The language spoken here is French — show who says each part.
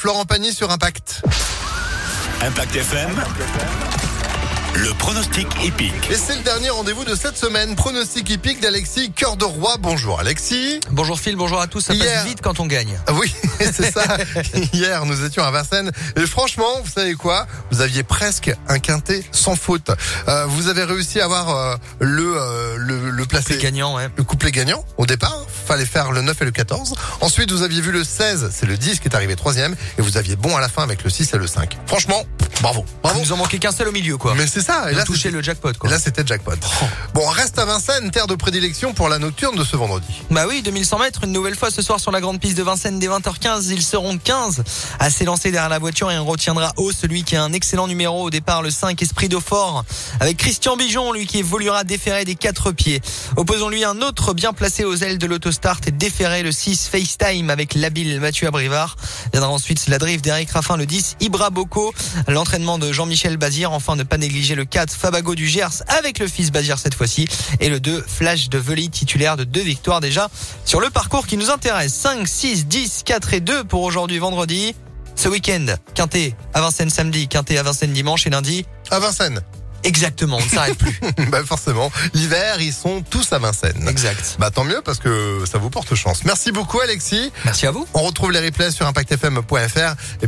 Speaker 1: Florent Pagny sur Impact.
Speaker 2: Impact FM, le pronostic épique.
Speaker 1: Et c'est le dernier rendez-vous de cette semaine. Pronostic hippique d'Alexis Cœur de Roi. Bonjour Alexis.
Speaker 3: Bonjour Phil, bonjour à tous. Ça
Speaker 1: Hier.
Speaker 3: passe vite quand on gagne.
Speaker 1: Ah Oui, c'est ça. Hier, nous étions à Vincennes. Et franchement, vous savez quoi Vous aviez presque un quintet sans faute. Euh, vous avez réussi à avoir euh, le, euh, le, le placé.
Speaker 3: C'est gagnant, ouais.
Speaker 1: le couplet gagnant au départ, fallait faire le 9 et le 14. Ensuite, vous aviez vu le 16, c'est le 10 qui est arrivé troisième, et vous aviez bon à la fin avec le 6 et le 5. Franchement, bravo, bravo.
Speaker 3: Il nous en manquait qu'un seul au milieu, quoi.
Speaker 1: Mais c'est ça, et
Speaker 3: On
Speaker 1: là,
Speaker 3: a touché
Speaker 1: c'était-
Speaker 3: le jackpot, quoi.
Speaker 1: et là, c'était jackpot. Bon, on reste à Vincennes, terre de prédilection pour la nocturne de ce vendredi.
Speaker 3: Bah oui, 2100 mètres, une nouvelle fois ce soir sur la grande piste de Vincennes dès 20h15. Ils seront 15 à s'élancer derrière la voiture et on retiendra haut celui qui a un excellent numéro au départ, le 5 Esprit d'eau fort, avec Christian Bijon, lui qui évoluera déféré des quatre pieds. Opposons-lui un autre bien placé aux ailes de l'autostart et déféré le 6 FaceTime avec l'habile Mathieu Abrivard. Viendra ensuite la drive d'Eric Raffin, le 10 Ibra Bocco, l'entraînement de Jean-Michel Bazir, enfin ne pas négliger le 4 Fabago du Gers avec le fils Bazir cette fois-ci et le 2 Flash de Veli titulaire de deux victoires déjà sur le parcours qui nous intéresse 5, 6, 10, 4 et 2 pour aujourd'hui vendredi ce week-end Quintet à Vincennes samedi Quintet à Vincennes dimanche et lundi
Speaker 1: À Vincennes,
Speaker 3: exactement on ne s'arrête plus
Speaker 1: bah forcément, l'hiver, ils sont tous à Vincennes.
Speaker 3: exact
Speaker 1: Bah tant mieux parce que ça vous porte chance. Merci beaucoup Alexis.
Speaker 3: merci à vous
Speaker 1: On retrouve les replays sur impactfm.fr.